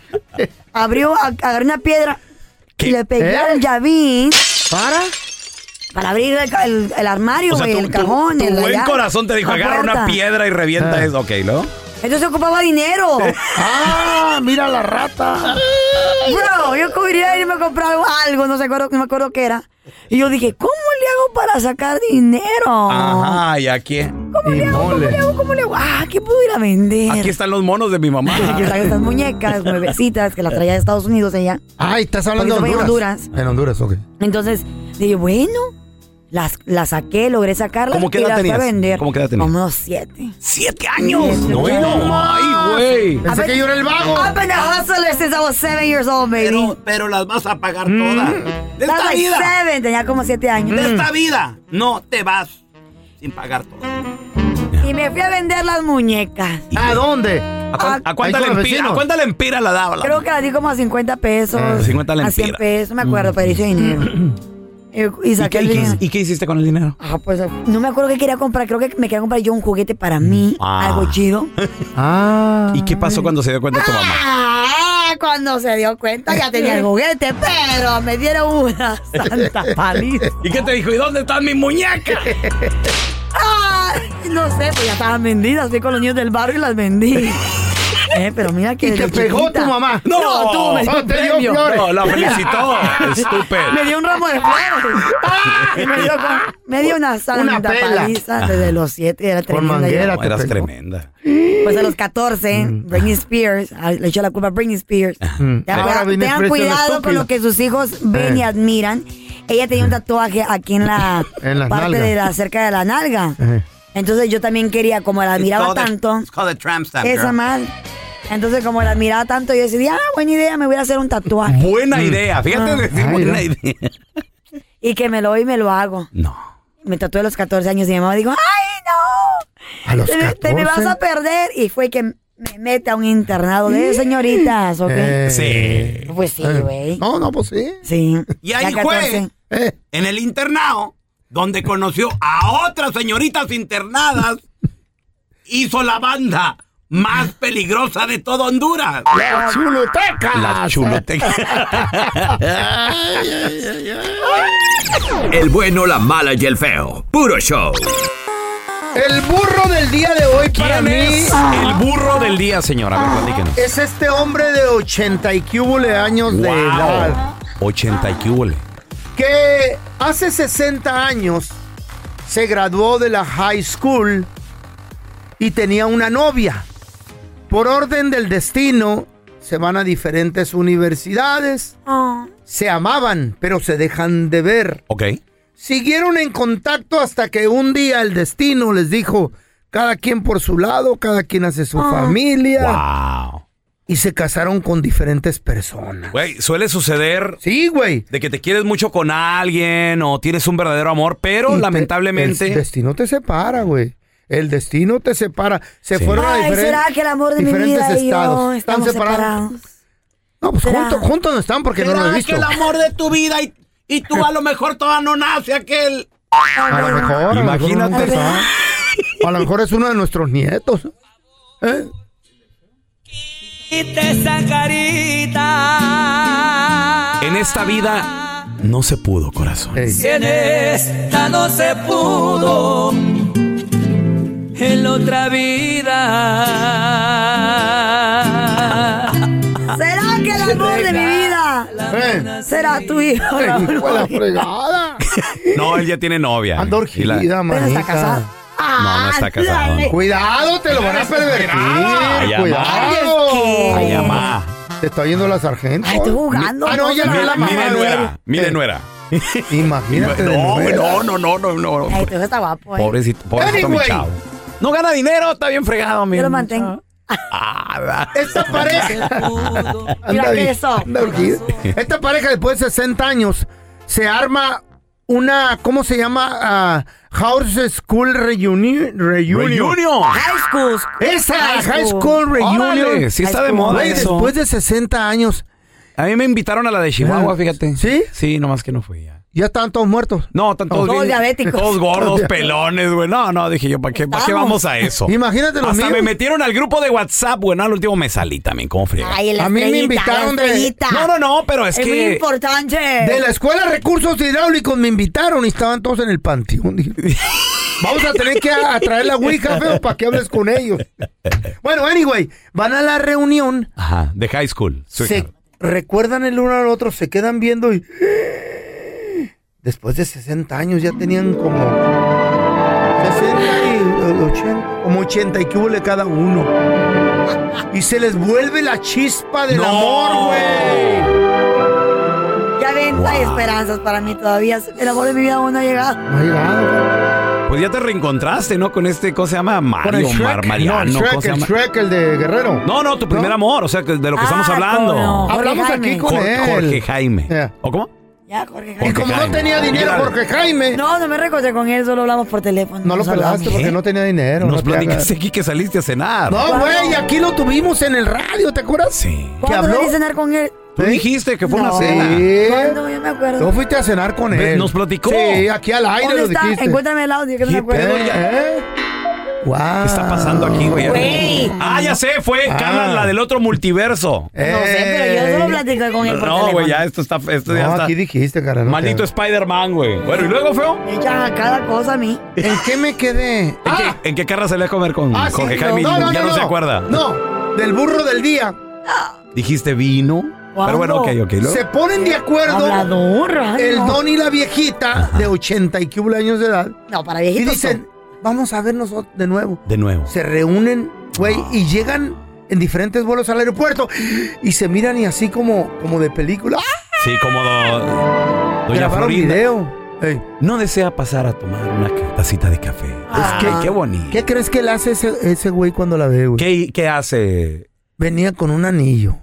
Speaker 3: Abrió, a- agarré una piedra y le pegué
Speaker 4: ¿Eh?
Speaker 3: al llavín.
Speaker 4: ¿Para?
Speaker 3: Para abrir el, ca- el- el armario,
Speaker 2: O sea,
Speaker 3: güey,
Speaker 2: tu-
Speaker 3: el
Speaker 2: tu-
Speaker 3: cajón.
Speaker 2: tu
Speaker 3: el-
Speaker 2: buen
Speaker 3: allá, Ah.
Speaker 2: corazón te dijo,
Speaker 3: la
Speaker 2: agarra una
Speaker 3: puerta".
Speaker 2: piedra y revienta eso. Ok, ¿no?
Speaker 3: Entonces ocupaba dinero.
Speaker 4: ¡Ah! ¡Mira la rata!
Speaker 3: Bro, yo cubriría y me compraba algo, algo, no, sé, acuerdo- no me acuerdo qué era. Y yo dije, ¿cómo le hago para sacar dinero?
Speaker 2: Ajá, ¿y aquí?
Speaker 3: ¿Cómo le hago? ¿Cómo le hago? ¿Cómo le hago? Ah, ¿qué puedo ir a vender?
Speaker 2: Aquí están los monos de mi mamá.
Speaker 3: Aquí están estas muñecas, nuevecitas, que las traía de Estados Unidos ella.
Speaker 4: Ay, estás hablando de
Speaker 3: Porque
Speaker 4: Honduras.
Speaker 3: soy de
Speaker 4: En Honduras, ok.
Speaker 3: Entonces, dije, bueno, las, las saqué, logré sacarlas
Speaker 2: ¿Cómo qué
Speaker 3: y
Speaker 2: edad
Speaker 3: las fui a
Speaker 2: tenías?
Speaker 3: vender.
Speaker 2: ¿Cómo qué edad tenías?
Speaker 3: Como unos siete.
Speaker 2: ¡Siete años! ¡No, no!
Speaker 3: Ah,
Speaker 2: ¡Ay, güey!
Speaker 3: I've been- I've been a hustler since I was este, seven years old, baby.
Speaker 5: Pero las vas a pagar
Speaker 2: Mm.
Speaker 5: todas. De
Speaker 3: That's
Speaker 5: esta
Speaker 3: like
Speaker 5: vida.
Speaker 3: seven, tenía como siete años.
Speaker 5: De
Speaker 2: Mm.
Speaker 5: esta vida. No te vas sin pagar todo.
Speaker 3: Y me fui a vender las muñecas.
Speaker 4: ¿A dónde?
Speaker 2: ¿A, cuán-
Speaker 5: Ah,
Speaker 2: a cuánta
Speaker 3: Ahí con los
Speaker 2: lempira? ¿A
Speaker 3: vecinos.
Speaker 2: cuánta lempira la daba? la-
Speaker 3: Creo que las di como a 50 pesos.
Speaker 2: Ah, 50
Speaker 3: A 100
Speaker 2: lempiras.
Speaker 3: pesos, me acuerdo, pero hice dinero. Y, y
Speaker 2: ¿Y qué,
Speaker 3: saqué el
Speaker 2: y qué-
Speaker 3: dinero.
Speaker 2: y qué hiciste con el dinero?
Speaker 3: Ah, pues no me acuerdo qué quería comprar. Creo que me quería comprar yo un juguete para mí.
Speaker 2: Ah.
Speaker 3: Algo chido.
Speaker 4: Ah.
Speaker 2: ¿Y qué pasó cuando se dio cuenta tu mamá?
Speaker 3: Ah, cuando se dio cuenta ya tenía el juguete, pero me dieron una santa paliza.
Speaker 2: ¿Y qué te dijo? ¿Y dónde están mis muñecas?
Speaker 3: Ay, no sé, pues ya estaban vendidas. Fui con los niños del barrio y las vendí. Eh, pero mira que.
Speaker 4: ¿Y te
Speaker 3: desde
Speaker 4: pegó
Speaker 3: chiquita-
Speaker 4: tu mamá?
Speaker 3: No,
Speaker 4: No,
Speaker 3: tú me dio
Speaker 4: no,
Speaker 3: un
Speaker 4: te dio
Speaker 3: premio.
Speaker 4: flores.
Speaker 2: No, la felicitó. Estúpido.
Speaker 3: Me dio un ramo de flores. Y me, dio, con- me dio una santa
Speaker 4: Una pela.
Speaker 3: paliza desde los 7. Era
Speaker 4: Con
Speaker 3: tremenda.
Speaker 4: manguera
Speaker 3: yo.
Speaker 4: te
Speaker 2: Eras
Speaker 4: pegó.
Speaker 2: tremenda.
Speaker 3: Pues a los 14, Britney Spears, ah, le echó la culpa a Britney Spears. Ya,
Speaker 4: Ahora
Speaker 3: cuida-
Speaker 4: Britney
Speaker 3: tengan
Speaker 4: Spears es una
Speaker 3: cuidado con
Speaker 4: estúpida.
Speaker 3: lo que sus hijos ven y
Speaker 4: Eh.
Speaker 3: admiran. Ella tenía un tatuaje aquí en la
Speaker 4: En las
Speaker 3: parte de
Speaker 4: nalgas. Eh.
Speaker 3: la cerca de la nalga.
Speaker 4: Ajá.
Speaker 3: Entonces yo también quería, como la admiraba
Speaker 5: It's called a-
Speaker 3: tanto,
Speaker 5: it's called a tramp stamp,
Speaker 3: esa
Speaker 5: girl.
Speaker 3: mal. Entonces como la admiraba tanto, yo decidí, ah, buena idea, me voy a hacer un tatuaje.
Speaker 5: Mm.
Speaker 2: Buena idea, fíjate,
Speaker 3: Ah.
Speaker 2: decir
Speaker 3: Ay,
Speaker 2: buena
Speaker 3: no.
Speaker 2: idea.
Speaker 3: Y que me lo doy y me lo hago.
Speaker 2: No.
Speaker 3: Me tatué a los 14 años y mi mamá dijo, ¡ay, no!
Speaker 4: A los
Speaker 3: te, me- te me
Speaker 4: 14.
Speaker 3: vas a perder. Y fue que me mete a un internado de señoritas, ¿ok?
Speaker 4: Sí.
Speaker 3: Pues sí, güey.
Speaker 4: Eh, No, no, pues sí. Eh,
Speaker 3: Sí.
Speaker 5: Y ahí fue, en el internado, donde conoció a otras señoritas internadas, hizo la banda más peligrosa de todo Honduras.
Speaker 4: Las chulutecas.
Speaker 5: Las chulutecas.
Speaker 11: El bueno, la mala y el feo. Puro show.
Speaker 4: El burro del día de hoy para mí
Speaker 2: Es el burro del día, señora. A ver, platíquenos.
Speaker 4: es este hombre de 80 y cúbule años
Speaker 3: Ah.
Speaker 4: de
Speaker 2: Wow.
Speaker 4: edad.
Speaker 2: 80 y qué huele.
Speaker 4: que hace 60 años se graduó de la high school y tenía una novia. Por orden del destino, se van a diferentes universidades. Se amaban, pero se dejan de ver.
Speaker 2: Ok.
Speaker 4: Siguieron en contacto hasta que un día el destino les dijo, cada quien por su lado, cada quien hace su familia. Y se casaron con diferentes personas.
Speaker 2: Güey, suele suceder.
Speaker 4: Sí, güey.
Speaker 2: De que te quieres mucho con alguien o tienes un verdadero amor, pero
Speaker 4: Y te-
Speaker 2: lamentablemente.
Speaker 4: El destino te separa, güey. El destino te separa. Se fueron a
Speaker 3: Ay,
Speaker 4: diferen-
Speaker 3: ¿será que el amor de mi
Speaker 4: diferentes
Speaker 3: vida y yo
Speaker 4: estados. Están
Speaker 3: estamos
Speaker 4: separados.
Speaker 3: separados?
Speaker 4: No, pues juntos, juntos no están porque no lo he
Speaker 5: ¿Será
Speaker 4: visto.
Speaker 5: que el amor de tu vida y, y tú a lo mejor todavía no nace aquel.
Speaker 4: A lo mejor. a lo mejor no
Speaker 5: Imagínate.
Speaker 4: está. A lo mejor es uno de nuestros nietos. ¿Eh?
Speaker 12: esa carita.
Speaker 2: En esta
Speaker 3: Ah.
Speaker 2: vida no se pudo, corazón.
Speaker 12: Si en esta no se pudo, en la otra vida.
Speaker 3: Ah, ¿Será que el amor de mi vida será tu hijo, Raúl?
Speaker 2: No, él ya tiene
Speaker 4: Ah,
Speaker 2: novia. Anda
Speaker 4: orgida, manita.
Speaker 2: No,
Speaker 3: Ah,
Speaker 2: no está casado.
Speaker 4: Cuidado, te lo van a pervertir.
Speaker 2: Ay, amá.
Speaker 4: Cuidado.
Speaker 2: Ay, amá.
Speaker 4: Te está yendo la sargento. Ay, estoy
Speaker 3: jugando.
Speaker 4: Ah, no, ya no la mamá.
Speaker 2: Mire, nuera. Mire, nuera.
Speaker 4: Imagínate. este de
Speaker 2: No,
Speaker 4: nuera.
Speaker 2: no, no, no, no, no.
Speaker 3: Ay, tu hijo está guapo, eh.
Speaker 2: Pobrecito, pobrecito mi
Speaker 4: Anyway.
Speaker 2: chavo. No gana dinero, está bien fregado, mi.
Speaker 3: Yo lo mantengo.
Speaker 2: Ah,
Speaker 4: Esta pareja.
Speaker 3: Mira
Speaker 4: bien,
Speaker 3: eso.
Speaker 4: anda urgida. Esta pareja después de 60 años se arma una, ¿cómo se llama? Ah, House School Reunion. Reunion.
Speaker 2: Reunion. High
Speaker 3: School.
Speaker 4: Esa,
Speaker 2: High
Speaker 4: High School,
Speaker 2: School.
Speaker 4: Reunion.
Speaker 2: Órale, sí está de moda
Speaker 4: Güey,
Speaker 2: eso.
Speaker 4: Después de 60 años.
Speaker 2: A mí me invitaron a la de Chihuahua, fíjate.
Speaker 4: ¿Sí?
Speaker 2: Sí, nomás que no fui ya.
Speaker 4: Ya están todos muertos.
Speaker 2: No, están todos, bien- Todos gordos, pelones, güey. No, no, dije yo, ¿para qué, ¿para qué
Speaker 4: Estamos.
Speaker 2: vamos a eso?
Speaker 4: Imagínate los
Speaker 2: Hasta
Speaker 4: míos.
Speaker 2: me metieron al grupo de WhatsApp, güey. No, al último me salí también, ¿cómo friega?
Speaker 3: Ay, la
Speaker 4: A mí me
Speaker 3: estrellita,
Speaker 4: invitaron
Speaker 3: la
Speaker 4: de-
Speaker 3: estrellita.
Speaker 4: No, no, no, pero es
Speaker 3: Es muy
Speaker 4: que-
Speaker 3: importante.
Speaker 4: De la Escuela de Recursos Hidráulicos me invitaron y estaban todos en el panteón. Dije, Vamos a tener que a- atraer la Ouija, feo, para que hables con ellos. Bueno, anyway, van a la reunión,
Speaker 2: Ajá, de high school.
Speaker 4: se recuerdan el uno al otro, se quedan viendo y... Después de 60 años ya tenían como... 60 y eh, 80, como 80 y que hubo cada uno. Y se les vuelve la chispa del amor, güey.
Speaker 3: Ya ven, hay esperanzas para mí todavía. El amor de mi vida aún no ha llegado.
Speaker 2: Pues ya te reencontraste, ¿no? Con este, ¿cómo se llama? Mario,
Speaker 4: Shrek.
Speaker 2: Mar-
Speaker 4: No,
Speaker 2: Mariano,
Speaker 4: el
Speaker 2: ¿cómo
Speaker 4: Shrek,
Speaker 2: se
Speaker 4: el
Speaker 2: llama?
Speaker 4: Shrek, el de Guerrero.
Speaker 2: No, no, tu primer amor, o sea, que de lo que
Speaker 3: Ah,
Speaker 2: estamos hablando.
Speaker 4: no, Hablamos Jorge aquí con
Speaker 2: Jorge,
Speaker 4: él.
Speaker 2: Jorge Jaime. ¿O cómo?
Speaker 3: Ya, Jorge
Speaker 4: Y como no tenía dinero, Jorge Jaime.
Speaker 3: No, no me recorté con él, solo hablamos por teléfono.
Speaker 4: No lo
Speaker 3: nos hablamos.
Speaker 4: pelaste porque no tenía dinero.
Speaker 2: Nos
Speaker 4: no te
Speaker 2: platicaste
Speaker 4: hagas.
Speaker 2: aquí que saliste a cenar.
Speaker 4: No, güey, aquí lo tuvimos en el radio, ¿te acuerdas?
Speaker 2: Sí.
Speaker 4: ¿Que
Speaker 3: ¿Cuándo
Speaker 4: habló?
Speaker 3: salí a cenar con él?
Speaker 2: Tú dijiste que fue una
Speaker 4: No.
Speaker 2: cena.
Speaker 4: Sí.
Speaker 3: ¿Cuándo? Yo me acuerdo.
Speaker 4: Tú fuiste a cenar con
Speaker 2: Ve,
Speaker 4: él.
Speaker 2: nos platicó.
Speaker 4: Sí, aquí al aire
Speaker 3: ¿Dónde
Speaker 4: lo
Speaker 3: está?
Speaker 4: dijiste. ¿Eh?
Speaker 3: Encuéntrame el audio, que no me
Speaker 4: ¿Qué
Speaker 3: acuerdo.
Speaker 4: pedo, ya? Guau.
Speaker 2: ¿Qué está pasando aquí, güey?
Speaker 3: Güey.
Speaker 2: Ah, ya sé, fue
Speaker 4: Ah.
Speaker 2: Carla, la del otro multiverso.
Speaker 3: No sé, pero
Speaker 4: eh.
Speaker 3: yo solo platico con él por
Speaker 2: No,
Speaker 3: teléfono.
Speaker 2: güey, ya esto está. Esto ya
Speaker 4: No,
Speaker 2: está.
Speaker 4: aquí dijiste, cara. no
Speaker 2: Maldito Spider-Man, güey. Bueno, ¿y luego, feo?
Speaker 3: Ella cada cosa a mí.
Speaker 4: ¿En qué me quedé?
Speaker 2: ¿En, qué, en qué carra salía a comer con
Speaker 4: Ah, sí,
Speaker 2: Ah, Jorge
Speaker 4: no.
Speaker 2: Jaime?
Speaker 4: No, no,
Speaker 2: ya no,
Speaker 4: no,
Speaker 2: se
Speaker 4: no.
Speaker 2: acuerda.
Speaker 4: No, del burro del día.
Speaker 2: Dijiste vino. Pero bueno, ok, ok. luego.
Speaker 4: Se ponen de acuerdo el don y la viejita de 80 y que años de edad.
Speaker 3: No, para viejitos
Speaker 4: Y dicen, vamos a vernos ot- de nuevo.
Speaker 2: De nuevo.
Speaker 4: Se reúnen, güey,
Speaker 2: Ah.
Speaker 4: y llegan en diferentes vuelos al aeropuerto y se miran y así como, como de película. ¡Ah!
Speaker 2: Sí, como do- Doña
Speaker 4: Grabaron
Speaker 2: Florinda.
Speaker 4: video.
Speaker 2: no desea pasar a tomar una tacita de café.
Speaker 4: Es
Speaker 2: que- qué bonito.
Speaker 4: ¿Qué crees que le hace ese, ese güey cuando la ve, güey?
Speaker 2: ¿Qué, qué hace?
Speaker 4: Venía con un anillo.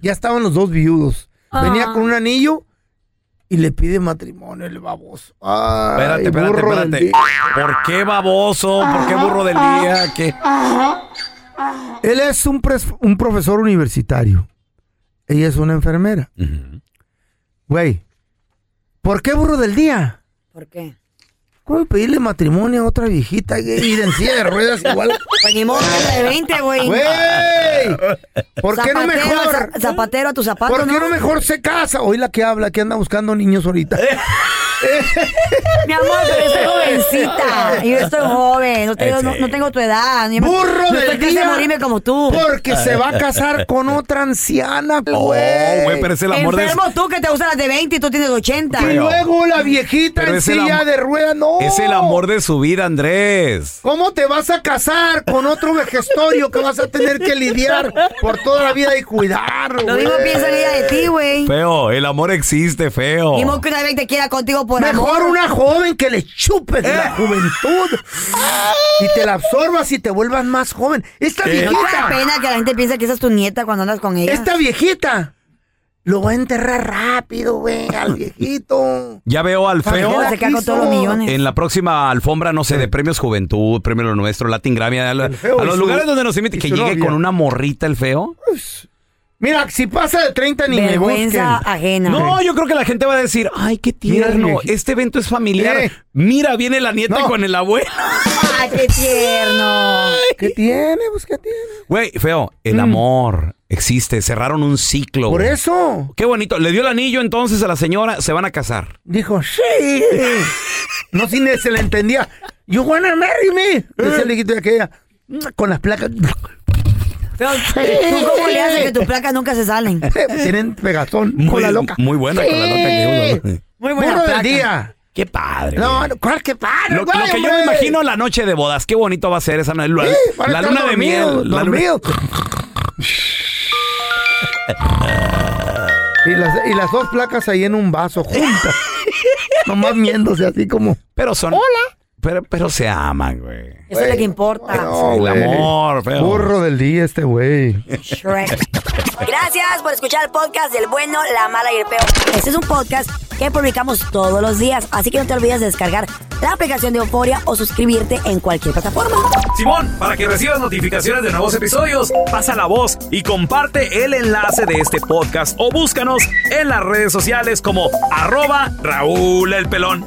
Speaker 4: Ya estaban los dos viudos. Venía con un anillo y le pide matrimonio, el baboso. Ay,
Speaker 2: espérate, espérate,
Speaker 4: burro del
Speaker 2: espérate.
Speaker 4: día.
Speaker 2: ¿Por qué baboso? ¿Por qué burro del día? ¿Qué?
Speaker 4: Ah, Él es un, pres- un profesor universitario. Ella es una enfermera. Güey, ¿por qué burro del día?
Speaker 3: ¿Por qué?
Speaker 4: ¿Cómo pedirle matrimonio a otra viejita y ir en silla de ruedas igual?
Speaker 3: Pues ni modo, es de 20, güey.
Speaker 4: ¡Güey! ¿Por qué no
Speaker 3: Zapatero,
Speaker 4: mejor?
Speaker 3: za- Zapatero a tu zapato,
Speaker 4: ¿Por qué no mejor se casa? Hoy la que habla, que anda buscando niños ahorita.
Speaker 3: Mi amor, yo estoy jovencita. Yo estoy joven. No tengo, no, no tengo tu edad. Yo me-
Speaker 4: Burro
Speaker 3: no estoy
Speaker 4: del
Speaker 3: casi
Speaker 4: día.
Speaker 3: morirme como tú.
Speaker 4: Porque se va a casar con otra anciana, güey.
Speaker 2: Oh, güey, pero es el amor de-
Speaker 3: Enfermo tú que te gustan las de 20 y tú tienes 80.
Speaker 4: Y luego la viejita
Speaker 2: Pero
Speaker 4: en
Speaker 2: es el
Speaker 4: silla
Speaker 2: amor-
Speaker 4: de ruedas, no.
Speaker 2: Es el amor de su vida, Andrés.
Speaker 4: ¿Cómo te vas a casar con otro vejestorio que vas a tener que lidiar por toda la vida y cuidar?
Speaker 3: Lo
Speaker 4: güey?
Speaker 3: mismo piensa el día de ti, güey.
Speaker 2: Feo, el amor existe, feo.
Speaker 3: Ni modo que una vez te quiera contigo por
Speaker 4: Mejor
Speaker 3: amor. Eh.
Speaker 4: una joven que le chupes la juventud y te la absorbas y te vuelvas más joven. Esta
Speaker 3: ¿No te da
Speaker 4: viejita,
Speaker 3: Eh. pena que la gente piensa que esa es tu nieta cuando andas con ella?
Speaker 4: esta viejita, lo va a enterrar rápido, güey, al viejito.
Speaker 2: Ya veo al
Speaker 4: Para que
Speaker 2: feo.
Speaker 4: la Se queda con todos los millones.
Speaker 2: En la próxima alfombra, no sé, de premios Juventud, premio Lo Nuestro, Latin Grammy, a, la-
Speaker 4: feo
Speaker 2: a
Speaker 4: y
Speaker 2: los
Speaker 4: su-
Speaker 2: lugares donde nos inviten,
Speaker 4: y
Speaker 2: que
Speaker 4: su
Speaker 2: llegue
Speaker 4: novia.
Speaker 2: con una morrita el feo.
Speaker 4: Mira, si pasa de 30 ni me busquen.
Speaker 3: Vergüenza ajena.
Speaker 2: No, yo creo que la gente va a decir, ay, qué
Speaker 4: Mira,
Speaker 2: tierno,
Speaker 4: viejito.
Speaker 2: este evento es familiar.
Speaker 4: Eh.
Speaker 2: Mira, viene la nieta
Speaker 4: No.
Speaker 2: con el abuelo.
Speaker 3: ¡Ay, qué tierno!
Speaker 4: ¿Qué tiene? Pues, ¿qué tiene?
Speaker 2: Güey, feo, el amor existe, cerraron un ciclo.
Speaker 4: Mm. Por
Speaker 3: Oh.
Speaker 2: güey.
Speaker 4: eso
Speaker 2: Qué bonito, le dio el anillo entonces a la señora, se van a casar.
Speaker 4: dijo, sí. No, si ni se le entendía. You wanna marry me. Decía el viejito de aquella. Con las placas.
Speaker 3: Pero, ¿Tú cómo le haces que tus placas nunca se salen?
Speaker 4: Tienen pegazón. con la loca.
Speaker 2: Muy buena con la loca que uno-
Speaker 3: Muy buena
Speaker 4: Burro del
Speaker 3: placa.
Speaker 4: día.
Speaker 2: Qué padre. güey.
Speaker 4: No, no, ¿cuál que padre?
Speaker 2: Lo, lo
Speaker 4: güey,
Speaker 2: que yo
Speaker 4: hombre?
Speaker 2: me imagino la noche de bodas, qué bonito va a ser esa no- la,
Speaker 4: Sí, van a
Speaker 2: la
Speaker 4: estar
Speaker 2: luna de miel.
Speaker 4: dormidos,
Speaker 2: la luna-
Speaker 4: dormidos. Y las, y las dos placas ahí en un vaso juntas. Nomás miéndose así como.
Speaker 2: Pero son. Hola. Pero, pero se aman, güey.
Speaker 3: Eso es lo que importa.
Speaker 4: No,
Speaker 2: el
Speaker 4: "Oh, güey.
Speaker 2: amor, feo.
Speaker 4: Burro del día este güey.
Speaker 3: Shrek. Gracias por escuchar el podcast del bueno, la mala y el peor. Este es un podcast que publicamos todos los días, así que no te olvides de descargar la aplicación de Euforia o suscribirte en cualquier plataforma.
Speaker 8: Simón, para que recibas notificaciones de nuevos episodios, pasa la voz y comparte el enlace de este podcast o búscanos en las redes sociales como arroba Raúl el Pelón.